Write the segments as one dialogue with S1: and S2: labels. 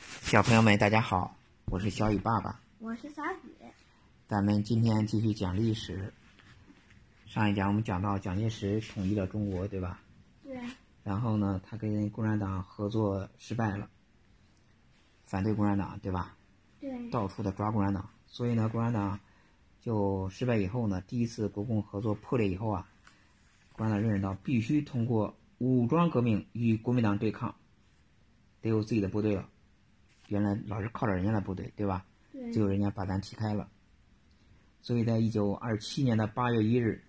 S1: 小朋友们，大家好，我是小雨爸爸。
S2: 我是小雨。
S1: 咱们今天继续讲历史。上一讲我们讲到蒋介石统一了中国，对吧？
S2: 对，
S1: 然后呢，他跟共产党合作失败了，反对共产党，对吧？
S2: 对，
S1: 到处的抓共产党，所以呢，共产党就失败以后呢，第一次国共合作破裂以后啊，共产党认识到必须通过武装革命与国民党对抗，得有自己的部队了。原来老是靠着人家的部队，对吧？
S2: 对，
S1: 最后人家把咱踢开了。所以在一九二七年的八月一日，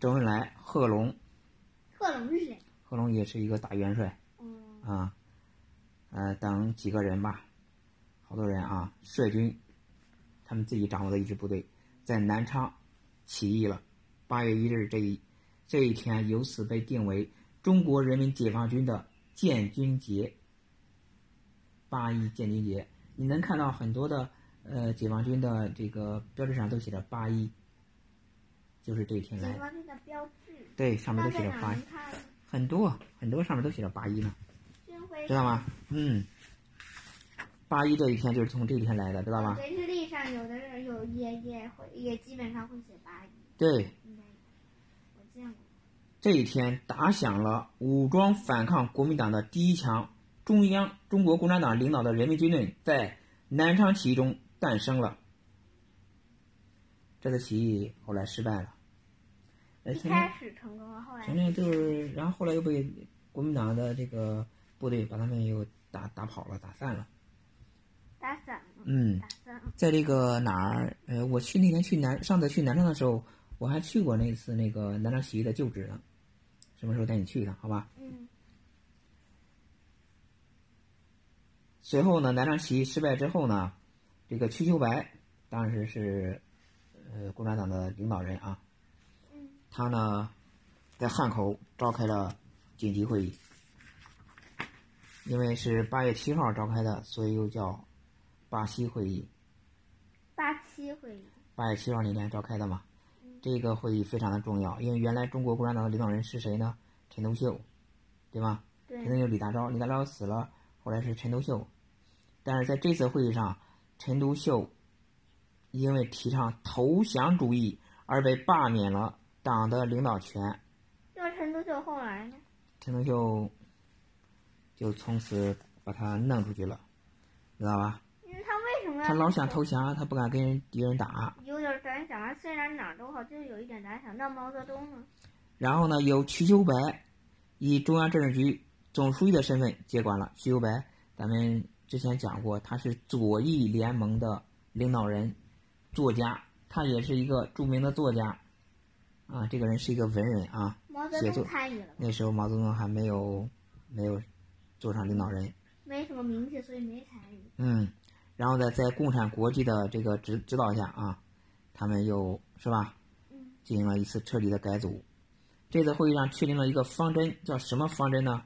S1: 周恩来、贺龙，
S2: 贺龙是谁？
S1: 贺龙也是一个大元帅
S2: 嗯，
S1: 啊，呃，等几个人吧，好多人啊，率军，他们自己掌握的一支部队，在南昌起义了。八月一日这一这一天，由此被定为中国人民解放军的建军节。八一建军节，你能看到很多的呃解放军的这个标志上都写着八一，就是这一天来
S2: 解
S1: 的。
S2: 放军的标志。
S1: 对，上面
S2: 那
S1: 都写
S2: 在
S1: 着
S2: 哪
S1: 八一
S2: 能，看？
S1: 很多很多上面都写着八一呢。
S2: 军徽
S1: 知道？吗？嗯，八一这一天就是从这一天来的，知道吗？
S2: 人事历上有的人有也也会也基本上会写八一，
S1: 对，
S2: 应该有我见过。
S1: 这一天打响了武装反抗国民党的第一枪，中央中国共产党领导的人民军队在南昌起义中诞生了。这次起义后来失败了，呃，
S2: 一
S1: 曾
S2: 开
S1: 经
S2: 始成功了，后来
S1: 曾经就是，然后后来又被国民党的这个部队把他们又打打跑了，打散了。
S2: 打散了，
S1: 嗯，
S2: 打散了。
S1: 在这个哪儿？呃，我去那年去南上次去南昌的时候，我还去过那次那个南昌起义的旧址呢。什么时候带你去一趟？好吧？
S2: 嗯，
S1: 随后呢，南昌起义失败之后呢，这个瞿秋白当时是呃共产党的领导人啊，
S2: 嗯
S1: 他呢在汉口召开了紧急会议，因为是八月七号召开的，所以又叫巴西会议。
S2: 八七会议，
S1: 八月七号那天召开的嘛
S2: 嗯。
S1: 这个会议非常的重要，因为原来中国共产党的领导人是谁呢？陈独秀，对吧？
S2: 对
S1: 陈独秀、李大钊，李大钊死了，后来是陈独秀。但是在这次会议上，陈独秀因为提倡投降主义而被罢免了党的领导权。
S2: 那陈独秀后来呢？
S1: 陈独秀就从此把他弄出去了，知道吧？
S2: 嗯，他为什么要？
S1: 他老想投降，他不敢跟敌人打。
S2: 有点胆小啊，虽然哪儿都好，就是有一点胆小。那毛泽东呢？
S1: 然后呢，由瞿秋白以中央政治局总书记的身份接管了。瞿秋白，咱们之前讲过，他是左翼联盟的领导人、作家，他也是一个著名的作家。啊，这个人是一个文人啊。
S2: 毛泽
S1: 写作
S2: 东参与了吧，
S1: 那时候毛泽东还没有没有做上领导人，
S2: 没什么名气，所以没参与。
S1: 嗯，然后呢，在共产国际的这个指指导下啊，他们又是吧
S2: 嗯，
S1: 进行了一次彻底的改组。这次会议上确定了一个方针，叫什么方针呢？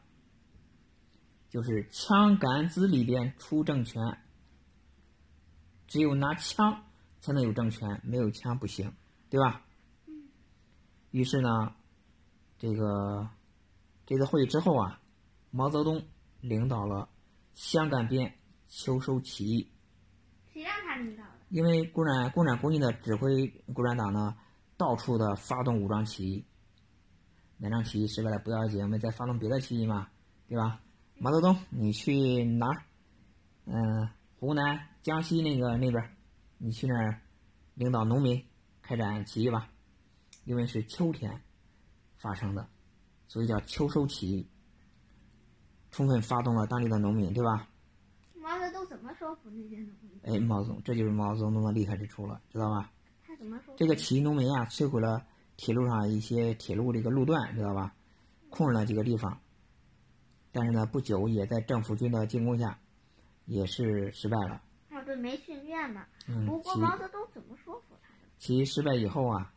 S1: 就是枪杆子里边出政权，只有拿枪才能有政权，没有枪不行，对吧？于是呢，这个这次会议之后啊，毛泽东领导了湘赣边秋收起义，
S2: 谁让他领导的？
S1: 因为共产共产国际的指挥共产党呢，到处的发动武装起义，南昌起义失败了不要紧，我们再发动别的起义嘛，对吧？毛泽东，你去哪儿？嗯、湖南、江西那个那边儿，你去那儿领导农民开展起义吧，因为是秋天发生的，所以叫秋收起义，充分发动了当地的农民，对吧？
S2: 毛泽东怎么说服那些农民？
S1: 哎，毛泽东，这就是毛泽东的厉害之处了，知道吧？
S2: 他怎么说服？
S1: 这个起义农民啊，摧毁了铁路上一些铁路这个路段，知道吧？控制了几个地方，但是呢，不久也在政府军的进攻下，也是失败了。
S2: 啊，对，没训练嘛。
S1: 嗯，
S2: 不过
S1: 起义
S2: 毛泽东怎么说服他的？
S1: 起义失败以后啊，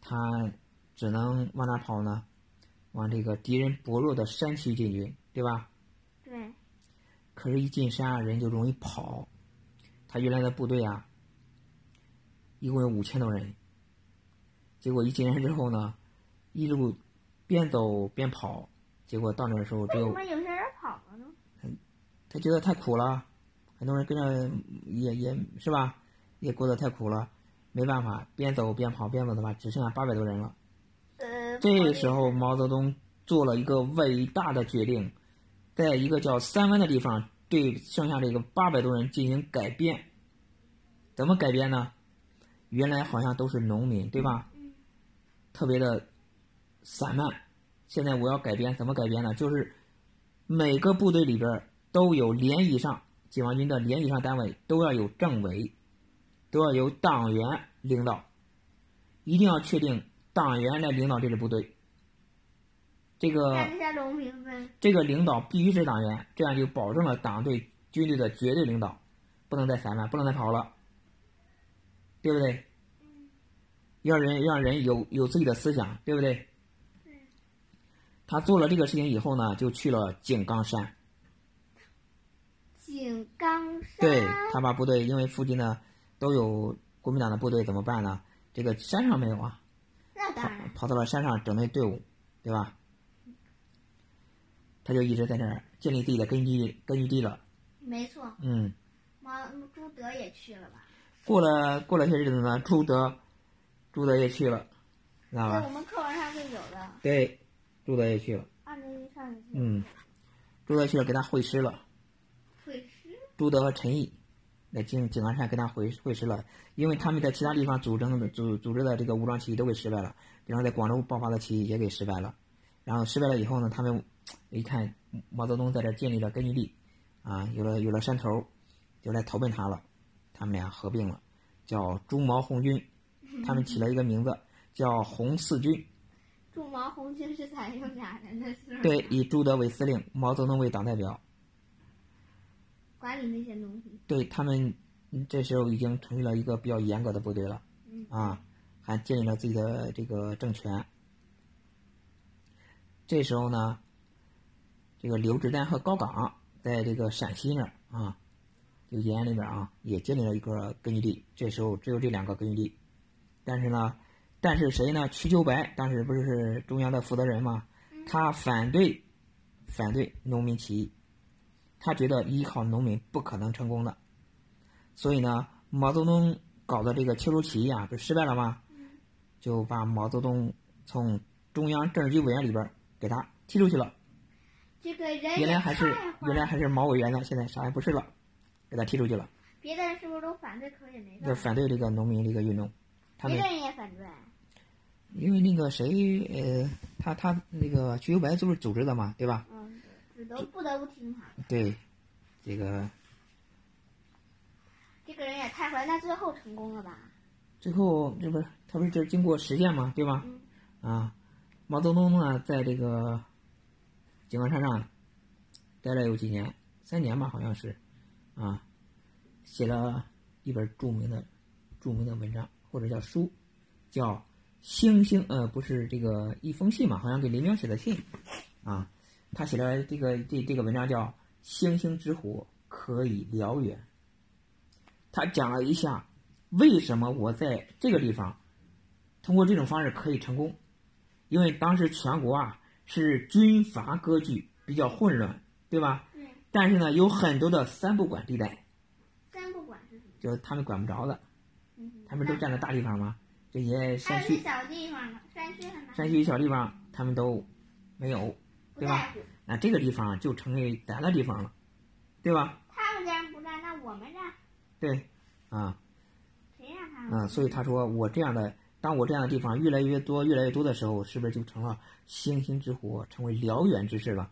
S1: 他只能往哪跑呢？往这个敌人薄弱的山区进军，对吧？
S2: 对，
S1: 可是，一进山啊，人就容易跑。他原来的部队啊，一共有五千多人，结果一进山之后呢，一路边走边跑，结果到那儿的时候只
S2: 为什
S1: 有
S2: 么有些人跑了呢？
S1: 他觉得太苦了，很多人跟着也也是吧，也过得太苦了，没办法，边走边跑边走的话，只剩下八百多人了。
S2: 呃，
S1: 这时候毛泽东做了一个伟大的决定，在一个叫三湾的地方，对剩下这个八百多人进行改编。怎么改编呢？原来好像都是农民，对吧？
S2: 嗯
S1: 特别的散漫。现在我要改编，怎么改编呢？就是每个部队里边儿都有连以上解放军的连以上单位都要有政委，都要由党员领导，一定要确定党员来领导这支部队。这个
S2: 那这些农民们，
S1: 这个领导必须是党员，这样就保证了党对军队的绝对领导，不能再散漫，不能再跑了，对不对？要人让人有有自己的思想，对不对？他做了这个事情以后呢，就去了井冈山，
S2: 井冈山，
S1: 对他把部队，因为附近呢都有国民党的部队，怎么办呢？这个山上没有啊，
S2: 那当
S1: 跑
S2: 然，
S1: 跑到了山上整顿队伍，对吧？他就一直在那儿建立自己的根据地根据地了，
S2: 没错。
S1: 嗯。
S2: 毛朱德也去了吧？
S1: 过了过了些日子呢，朱德，朱德也去了，知道
S2: 在我
S1: 吧？
S2: 们课文上就有的，
S1: 对，朱德也去了，
S2: 二零一上年
S1: 嗯，朱德去了给他会师了，
S2: 会师，
S1: 朱德和陈毅在井井冈山跟他会会师了，因为他们在其他地方组织的组组织的这个武装起义都给失败了，比方说在广州爆发的起义也给失败了，然后失败了以后呢，他们一看毛泽东在这儿建立了根据地，啊，有了有了山头，就来投奔他了，他们俩合并了，叫朱毛红军，他们起了一个名字叫红四军，
S2: 驻毛红军是采用俩人的姓，
S1: 对，，以朱德为司令，毛泽东为党代表，
S2: 管理那些农民，
S1: 对他们嗯这时候已经成立了一个比较严格的部队了，
S2: 嗯
S1: 啊，还建立了自己的这个政权。这时候呢，这个刘志丹和高岗在这个陕西那儿啊，就延安那边啊，也建立了一个根据地。这时候只有这两个根据地，但是呢，但是谁呢？瞿秋白当时不是是中央的负责人嘛，他反对反对农民起义，他觉得依靠农民不可能成功的，所以呢，毛泽东搞的这个秋收起义啊，不是失败了吗？就把毛泽东从中央政治局委员里边儿给他踢出去了。
S2: 这个人也
S1: 原来还是
S2: 哎太坏
S1: 原来
S2: 了
S1: 还是毛委员呢，现在啥也不是了，给他踢出去了。
S2: 别的人是不是都反对，可是也没
S1: 就
S2: 办法，
S1: 反对这个农民这个运动，他
S2: 别
S1: 们
S2: 的人也反对，
S1: 因为那个谁呃，他他那个瞿秋白就是组织的嘛，对吧？
S2: 嗯，只能不得不听他。
S1: 对，这个
S2: 这个人也太坏，那最后成功了吧？
S1: 最后这不是他不是这经过实践嘛，对吧？
S2: 嗯
S1: 啊，毛泽东呢，在这个井冈山上待了有几年，三年吧，好像是，啊，写了一本著名的著名的文章或者叫书，叫《星星》呃，不是这个一封信嘛，好像给林彪写的信，啊，他写了这个这这个文章叫《星星之火可以燎原》，他讲了一下为什么我在这个地方通过这种方式可以成功，因为当时全国啊是军阀割据，比较混乱，对吧？
S2: 对，
S1: 但是呢，有很多的三不管地带，
S2: 三不管是什么？
S1: 就是他们管不着的，
S2: 嗯，
S1: 他们都占了大地方嘛，这些山
S2: 还有些
S1: 区、
S2: 小地方呢，山区很难，
S1: 山区小地方他们都没有，
S2: 不
S1: 对
S2: 在
S1: 吧？
S2: 乎。
S1: 那这个地方啊就成为咱的地方了，对吧？
S2: 他们既然不占，那我们占，
S1: 对，啊，
S2: 谁让他们？
S1: 嗯，所以他说我这样的，当我这样的地方越来越多、越来越多的时候，是不是就成了星星之火，成为燎原之势了？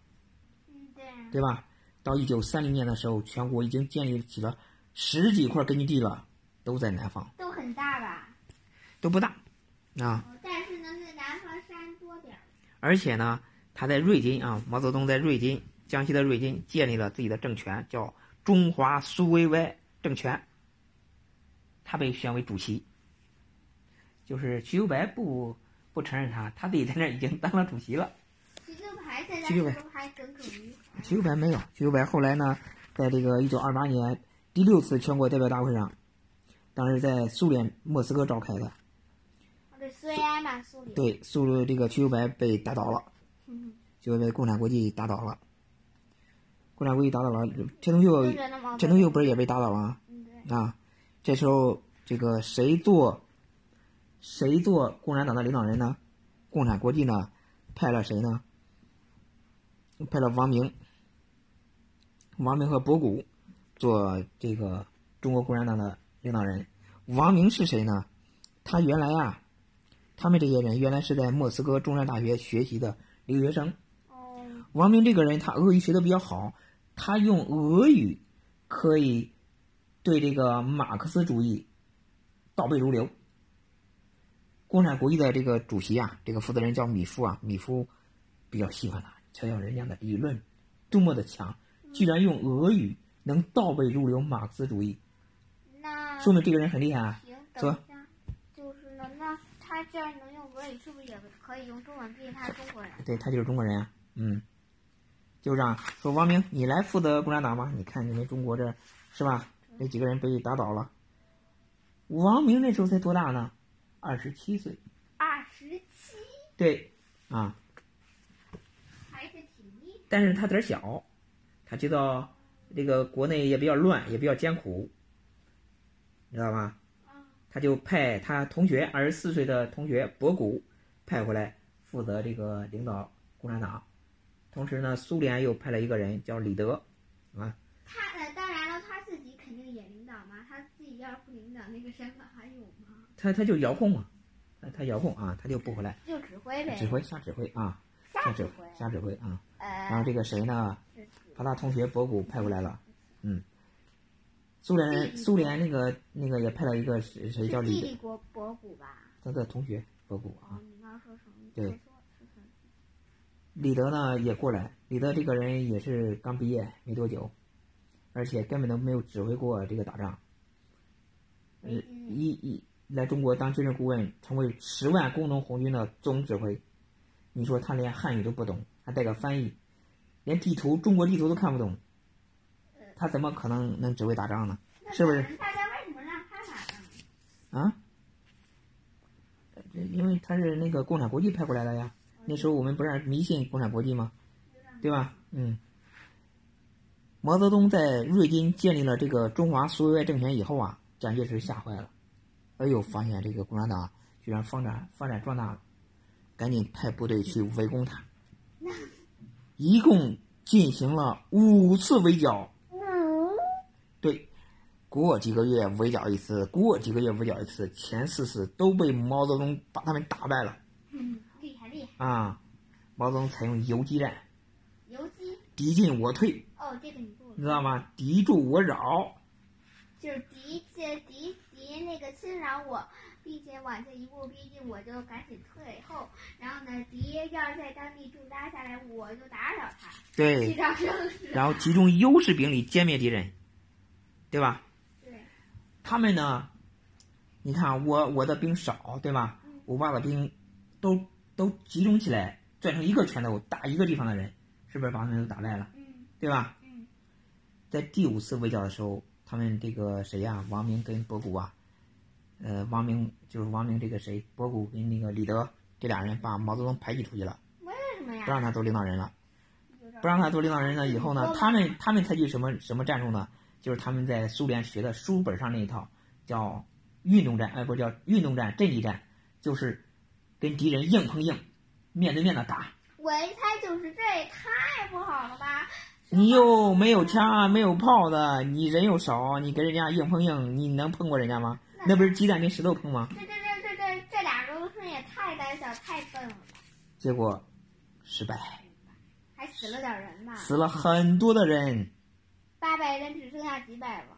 S2: 嗯，对啊，
S1: 对吧？到一九三零年的时候，全国已经建立起了十几块根据地了，都在南方，
S2: 都很大吧？
S1: 都不大啊。
S2: 哦但是呢，是南方山多点儿。
S1: 而且呢，他在瑞金啊，毛泽东在瑞金，江西的瑞金建立了自己的政权，叫中华苏维埃政权。他被选为主席，就是瞿秋白不不承认他，他自己在那儿已经当了主席了。
S2: 其实还在那
S1: 其实吧
S2: 时候还耿耿于怀。
S1: 瞿秋白没有，瞿秋白后来呢，在这个一九二八年第六次全国代表大会上，当时在苏联莫斯科召开的，
S2: 哦对，虽然嘛，苏联。
S1: 对，苏这个瞿秋白被打倒了，
S2: 嗯
S1: 就被共产国际打倒了。共产国际打倒了，陈独秀
S2: 就觉得毛
S1: 陈独秀不是也被打倒了吗？
S2: 嗯对，
S1: 啊，这时候这个谁做谁做共产党的领导人呢？共产国际呢派了谁呢？派了王明，王明和博古做这个中国共产党的领导人。王明是谁呢？他原来啊，他们这些人原来是在莫斯科中山大学学习的留学生。
S2: 哦，
S1: 王明这个人，他俄语学的比较好，他用俄语可以对这个马克思主义倒背如流。共产国际的这个主席啊，这个负责人叫米夫啊，米夫比较喜欢他，瞧瞧人家的理论多么的强，居然用俄语能倒背如流马克思主义，
S2: 那
S1: 说明这个人很厉害啊。
S2: 行，
S1: 说
S2: 等一下，就是呢，那他既然能用俄语，是不是也可以用中文？毕竟他是中国人。
S1: 对他就是中国人啊，嗯，就让说王明，你来负责共产党吧，你看你们中国这儿是吧？这几个人被打倒了。王明那时候才多大呢？二十七岁。
S2: 二十七
S1: 对，啊，
S2: 还是挺厉
S1: 但是他胆儿小，他知道这个国内也比较乱，也比较艰苦，你知道吧？
S2: 害啊。
S1: 他就派他同学二十四岁的同学博古派回来负责这个领导共产党。同时呢，苏联又派了一个人叫李德，啊，
S2: 他呃，当然了，他自己肯定也领导嘛，他自己要是不领导，那个身份还有吗？
S1: 他他就遥控嘛，他他遥控啊，他就不回来，
S2: 就指挥呗，
S1: 指挥瞎指挥啊，瞎
S2: 瞎
S1: 指
S2: 指
S1: 挥
S2: 挥，
S1: 瞎指挥啊。然后
S2: 呃，
S1: 这个谁呢？把他同学博古派过来了，嗯。苏联苏联那个那个也派了一个谁谁叫
S2: 是
S1: 李
S2: 地
S1: 德，
S2: 理国博古吧？
S1: 他的同学博古啊
S2: 哦，，你刚刚说什么？
S1: 对
S2: 说错了，说错了。
S1: 李德呢也过来，李德这个人也是刚毕业没多久，而且根本都没有指挥过这个打仗。呃，
S2: 嗯
S1: 一一来中国当军事顾问，成为十万工农红军的总指挥。你说他连汉语都不懂，还带个翻译，连地图中国地图都看不懂，他怎么可能能指挥打仗呢？是不是？
S2: 大家为什么让他打呢？
S1: 啊？这因为他是那个共产国际派过来的呀。那时候我们不是迷信共产国际吗？对吧？嗯。毛泽东在瑞金建立了这个中华苏维埃政权以后啊，蒋介石吓坏了，哎呦，发现这个共产党居然发展发展壮大了，赶紧派部队去围攻他，一共进行了五次围剿。对，过几个月围剿一次，过几个月围剿一次，前四次都被毛泽东把他们打败了
S2: 嗯，厉害厉害，
S1: 啊！毛泽东采用游击战，
S2: 游击
S1: 敌进我退，
S2: 哦，这个你不
S1: 你知道吗？敌驻我扰，
S2: 就是敌这敌敌那个侵扰我，并且往这一步逼近，我就赶紧退后。然后呢，敌要是在当地驻扎下来，我就打扰他，去
S1: 对，
S2: 招生是
S1: 然后集中优势兵力歼灭敌人，对吧？
S2: 对，
S1: 他们呢，你看我我的兵少，对吧？我把我的兵都都集中起来，攥成一个拳头打一个地方的人，是不是把他们都打败了，
S2: 嗯
S1: 对吧？
S2: 嗯，
S1: 在第五次围剿的时候，他们这个谁呀、王明跟博古啊，呃，王明就是王明这个谁，博古跟那个李德这俩人把毛泽东排挤出去了，
S2: 为什么呀
S1: 不？让他做领导人了。
S2: 有点
S1: 不让他做领导人呢，以后呢，他们他们采取什么什么战术呢？就是他们在苏联学的书本上那一套，叫运动战，哎，不是叫运动战、阵地战，就是跟敌人硬碰硬，面对面的打。
S2: 我一猜就是这也太不好了吧？
S1: 你又没有枪啊，没有炮的，你人又少，你跟人家硬碰硬，你能碰过人家吗？那不是鸡蛋跟石头碰吗？
S2: 这这这这这这俩留学生也太胆小太笨了吧，
S1: 结果失败，
S2: 还死了点人呢，
S1: 死了很多的人，
S2: 八百人只剩下几百了。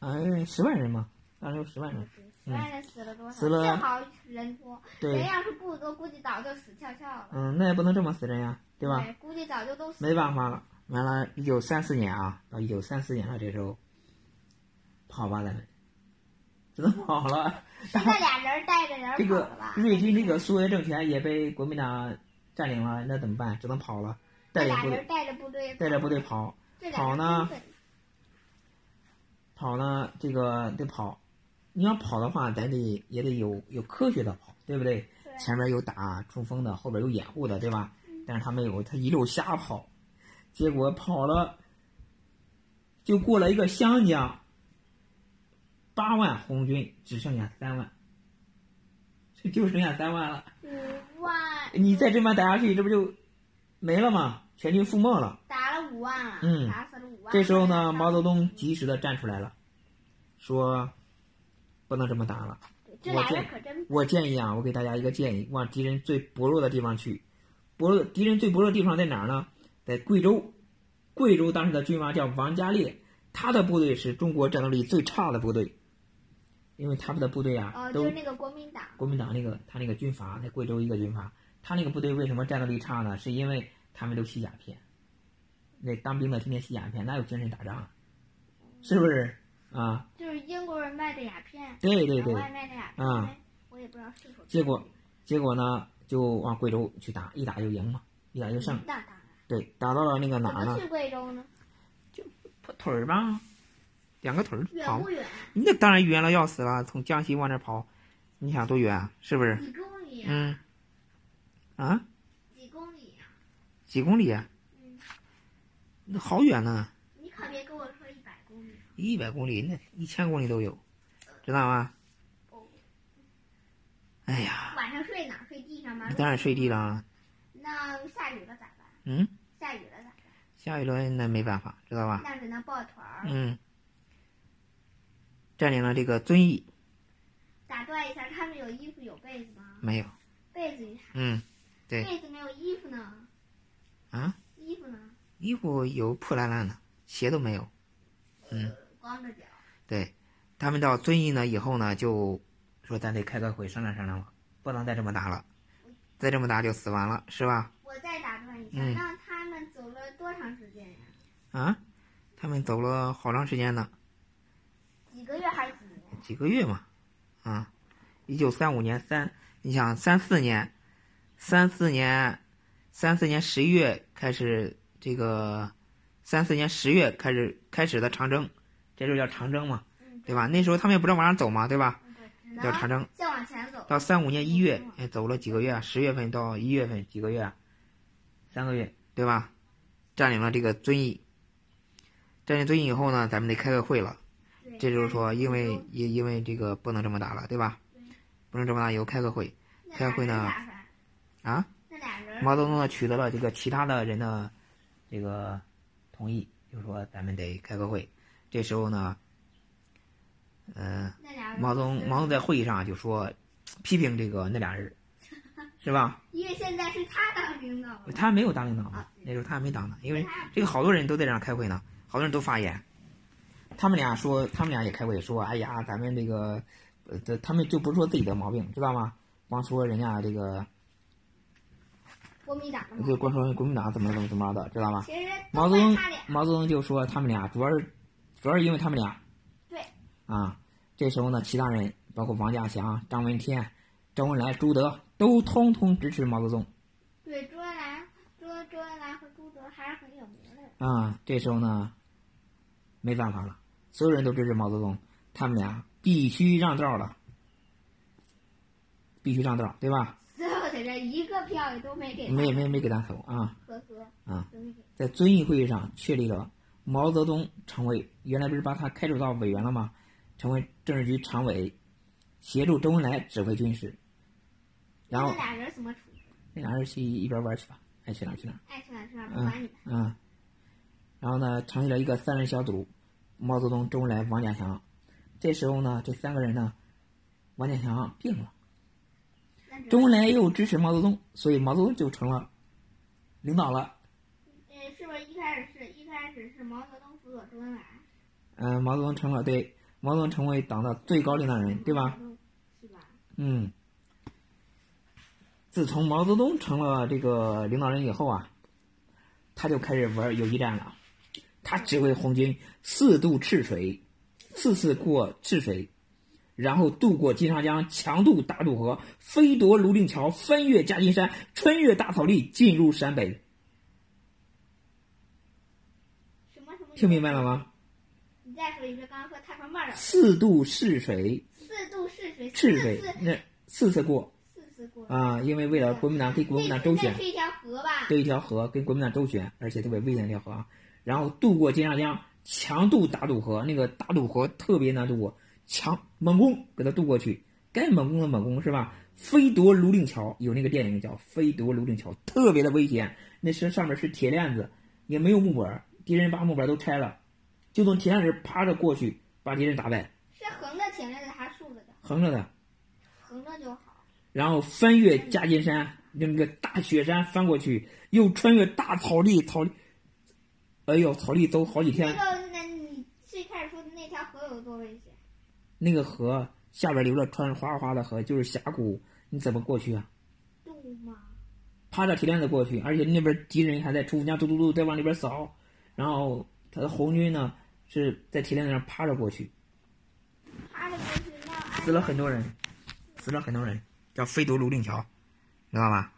S1: 哎，十万人嘛，当时有十万人，
S2: 十万人死了多少？
S1: 死了
S2: 幸好人多，人
S1: 对，
S2: 要是不多，估计早就死翘翘了，
S1: 嗯，那也不能这么死人呀，对吧？？
S2: 估计早就都死了。
S1: 没办法了，完了，一九三四年啊，到一九三四年了，这时候跑吧咱们，只能跑了。
S2: 是那俩人带着人
S1: 这
S2: 跑
S1: 个
S2: 了吧？
S1: 瑞军这个苏维埃政权也被国民党占领了，那怎么办？只能跑了，
S2: 这
S1: 带着
S2: 俩
S1: 部队
S2: 人带着部队，
S1: 带着部队跑。
S2: 这俩
S1: 跑
S2: 人
S1: 呢
S2: 根本
S1: 跑呢，这个得跑，你要跑的话，咱得也得有有科学的跑，对不对？
S2: 对
S1: 前面有打冲锋的，后边有掩护的，对吧？但是他没有，他一路瞎跑，结果跑了就过了一个湘江，八万红军只剩下三万，这就剩下三万了。
S2: 五万，嗯
S1: 你再这么打下去，这不就没了吗？全军覆没了。
S2: 打了五万了，
S1: 嗯
S2: 打死了五万。嗯
S1: 这时候呢，毛泽东及时的站出来了，说不能这么打了。
S2: 这
S1: 我
S2: 俩人
S1: 见
S2: 可真
S1: 我建议啊，我给大家一个建议，往敌人最薄弱的地方去。薄弱敌人最薄弱的地方在哪儿呢？在贵州。贵州当时的军阀叫王家烈，他的部队是中国战斗力最差的部队，因为他们的部队啊
S2: 哦，就
S1: 都
S2: 是那个国民党，
S1: 国民党那个他那个军阀，在贵州一个军阀，他那个部队为什么战斗力差呢？是因为他们都吸鸦片，那当兵的天天吸鸦片，哪有精神打仗啊？是不是啊？
S2: 就是英国人卖的鸦片，
S1: 对对对
S2: 老，外卖的鸦片，
S1: 啊
S2: 我也不知道是否
S1: 结果结果呢就往贵州去打，一打就赢嘛，一打就胜。
S2: 那当然，
S1: 对，打到嗯了那个哪儿
S2: 怎么
S1: 呢？
S2: 去贵州呢？
S1: 腿儿吧，两个腿儿
S2: 远
S1: 跑
S2: 不，远？
S1: 那当然远了要死了，从江西往那儿跑，你想多远啊？是不是？
S2: 几公里啊？
S1: 嗯，啊，
S2: 几公里啊？
S1: 几公里啊？
S2: 嗯，
S1: 那好远呢、
S2: 你可别跟我说一百公里，
S1: 一百公里，那一千公里都有，知道吗？哎呀，
S2: 晚上睡哪儿？睡地上吗
S1: 你？当然睡地了啊。
S2: 那下雨了咋办？
S1: 嗯，
S2: 下雨了咋办？
S1: 下雨了那没办法，知道吧？
S2: 那只能抱团儿，
S1: 啊嗯，占领了这个遵义
S2: 打断一下，他们有衣服有被子吗？
S1: 没有？
S2: 被子你
S1: 嗯，对
S2: 被子没有衣服呢？
S1: 啊，
S2: 衣服呢？
S1: 衣服有破烂烂的，鞋都没有。嗯，
S2: 光着脚。
S1: 对，他们到遵义呢以后呢，就说咱得开个会商量商量吧，不能再这么打了，再这么打就死完了，是吧？
S2: 我再打断一下，
S1: 嗯
S2: 那他们走了多长时间呀？
S1: 啊，他们走了好长时间呢，
S2: 几个月还是几年？
S1: 几个月嘛，啊，一九三五年三，你想三四年，三四年，三四年十一月开始这个，三四年十月开始开始的长征，这就叫长征嘛，
S2: 嗯，
S1: 对吧？那时候他们也不知道往哪走嘛，对吧？
S2: 嗯对，只
S1: 叫
S2: 能
S1: 长征。
S2: 再往前走。
S1: 到三五年一月，哎，走了几个月啊？十月份到一月份几个月啊？三个月，对吧？占领了这个遵义。占领遵义以后呢，咱们得开个会了。
S2: 对
S1: 这就是说，因为
S2: 那
S1: 因因为这个不能这么打了，对吧
S2: 对？
S1: 不能这么打，以后开个会。
S2: 俩
S1: 开会呢
S2: 人打算
S1: 啊？
S2: 那俩人
S1: 毛泽东呢取得了这个其他的人的这个同意，就是说咱们得开个会。这时候呢，嗯、
S2: 那俩人
S1: 毛泽东毛泽东在会议上啊就说，批评这个那俩人，是吧？
S2: 因为现在是他当领导了，
S1: 他没有当领导嘛
S2: 啊，
S1: 那时候他还没当呢，因为这个好多人都在这儿开会呢，好多人都发言。他们俩说，他们俩也开会说，哎呀，咱们这个，呃，这他们就不是说自己的毛病，知道吗？光说人家这个，
S2: 国民党的嘛
S1: 就光说国民党怎么怎么怎么着的，知道吗？
S2: 其实
S1: 毛
S2: 都
S1: 泽
S2: 怪
S1: 东
S2: 他俩，
S1: 毛泽东就说他们俩主要是，主要是因为他们俩。
S2: 对。
S1: 啊，这时候呢，其他人包括王稼祥、张闻天、周恩来、朱德都通通支持毛泽东。
S2: 对周恩来、周周恩来和朱德还是很有名的。
S1: 啊，这时候呢，没办法了，所有人都支持毛泽东，他们俩必须让道了，必须让道，对吧？
S2: 所有的人一个票也都没给他，
S1: 没没没给他投啊！
S2: 呵呵，
S1: 啊
S2: 都没给，
S1: 在遵义会议上确立了毛泽东常委，原来不是把他开除到委员了吗？成为政治局常委，协助周恩来指挥军事。然后
S2: 那俩人什么处置？
S1: 那俩人去一边玩去吧，爱去哪儿去哪儿。
S2: 爱去哪儿去哪儿，不管你们。
S1: 嗯，然后呢，成立了一个三人小组，毛泽东、周恩来、王稼祥。这时候呢，这三个人呢，王稼祥病了，
S2: 那只
S1: 周恩来又支持毛泽东，所以毛泽东就成了领导了。
S2: 呃，是不是一开始是一开始是毛泽东辅佐周恩来？
S1: 嗯、毛泽东成了对毛泽东成为党的最高领导人，嗯对吧？？
S2: 是吧？
S1: 嗯。自从毛泽东成了这个领导人以后啊，他就开始玩游击战了。他指挥红军四渡赤水，四次过赤水，然后渡过金沙江，强渡大渡河，飞夺泸定桥，翻越夹金山，穿越大草地，进入陕北。
S2: 什么什么？
S1: 听明白了？吗？
S2: 你再说一遍，刚刚说太快慢了。
S1: 四渡赤水，
S2: 四渡赤水，
S1: 赤水
S2: 四次
S1: 那四次过
S2: 四次过。
S1: 啊、因为为了国民党给国民党周
S2: 那
S1: 旋
S2: 那。是一条河吧？
S1: 这一条河跟国民党周旋，而且特别危险的一条河啊。然后渡过金沙江，强渡大渡河，那个大渡河特别难渡过，强猛攻给他渡过去，该猛攻的猛攻是吧？飞夺泸定桥有那个电影叫《飞夺泸定桥》，特别的危险，那是上面是铁链子，也没有木板，敌人把木板都拆了，就从铁链子趴着过去，把敌人打败，
S2: 是横着停着的还是竖着的？
S1: 横着的。
S2: 横着就好。
S1: 然后翻越夹金山，用那个大雪山翻过去，又穿越大草地，草地，哎呦，草地走好几
S2: 那
S1: 天。
S2: 个，那你最开始说的那条河有多危险？
S1: 那个河下边流着穿哗哗的河，就是峡谷，你怎么过去啊？
S2: 渡吗？
S1: 趴着铁链子过去，而且那边敌人还在出家嘟嘟嘟在往里边扫，然后他的红军呢是在铁链子上趴着过去，
S2: 趴着过去，那按哦
S1: 死了很多人，死了很多人，叫飞夺泸定桥，知道吧？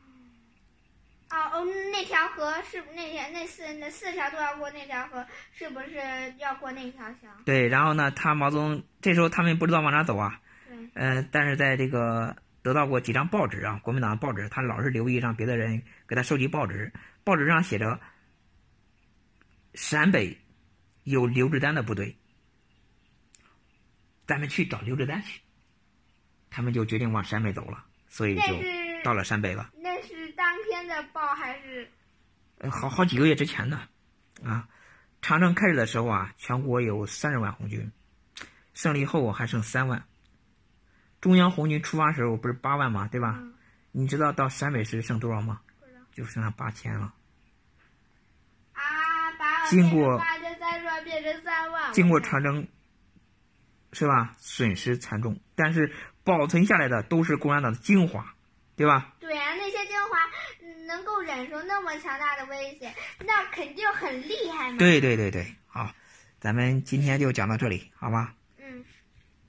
S2: 哦哦，那条河是不那条那四那四条都要过那条河，是不是要过那条桥？
S1: 对，然后呢，他毛泽东这时候他们不知道往哪走啊，
S2: 对，
S1: 呃，但是在这个得到过几张报纸啊，国民党的报纸，他老是留意让别的人给他收集报纸，报纸上写着陕北有刘志丹的部队，咱们去找刘志丹去。他们就决定往陕北走了，所以就
S2: 那是
S1: 到了陕北了。
S2: 那是当天的报还是？
S1: 呃，好好几个月之前呢，啊，长征开始的时候啊，全国有三十万红军，胜利后还剩三万。中央红军出发时候不是八万嘛，对吧？
S2: 嗯
S1: 你知道到陕北时剩多少吗？
S2: 不知道
S1: 就剩下八千了。
S2: 啊，把我
S1: 经
S2: 变成
S1: 过
S2: 八千三十万变成三万，
S1: 经过
S2: 我看
S1: 长征，是吧？损失惨重，但是保存下来的都是共产党的精华，对吧？
S2: 对啊，那些精华嗯能够忍受那么强大的危险，那肯定很厉害嘛。
S1: 对对对对，好，咱们今天就讲到这里，好吧？
S2: 嗯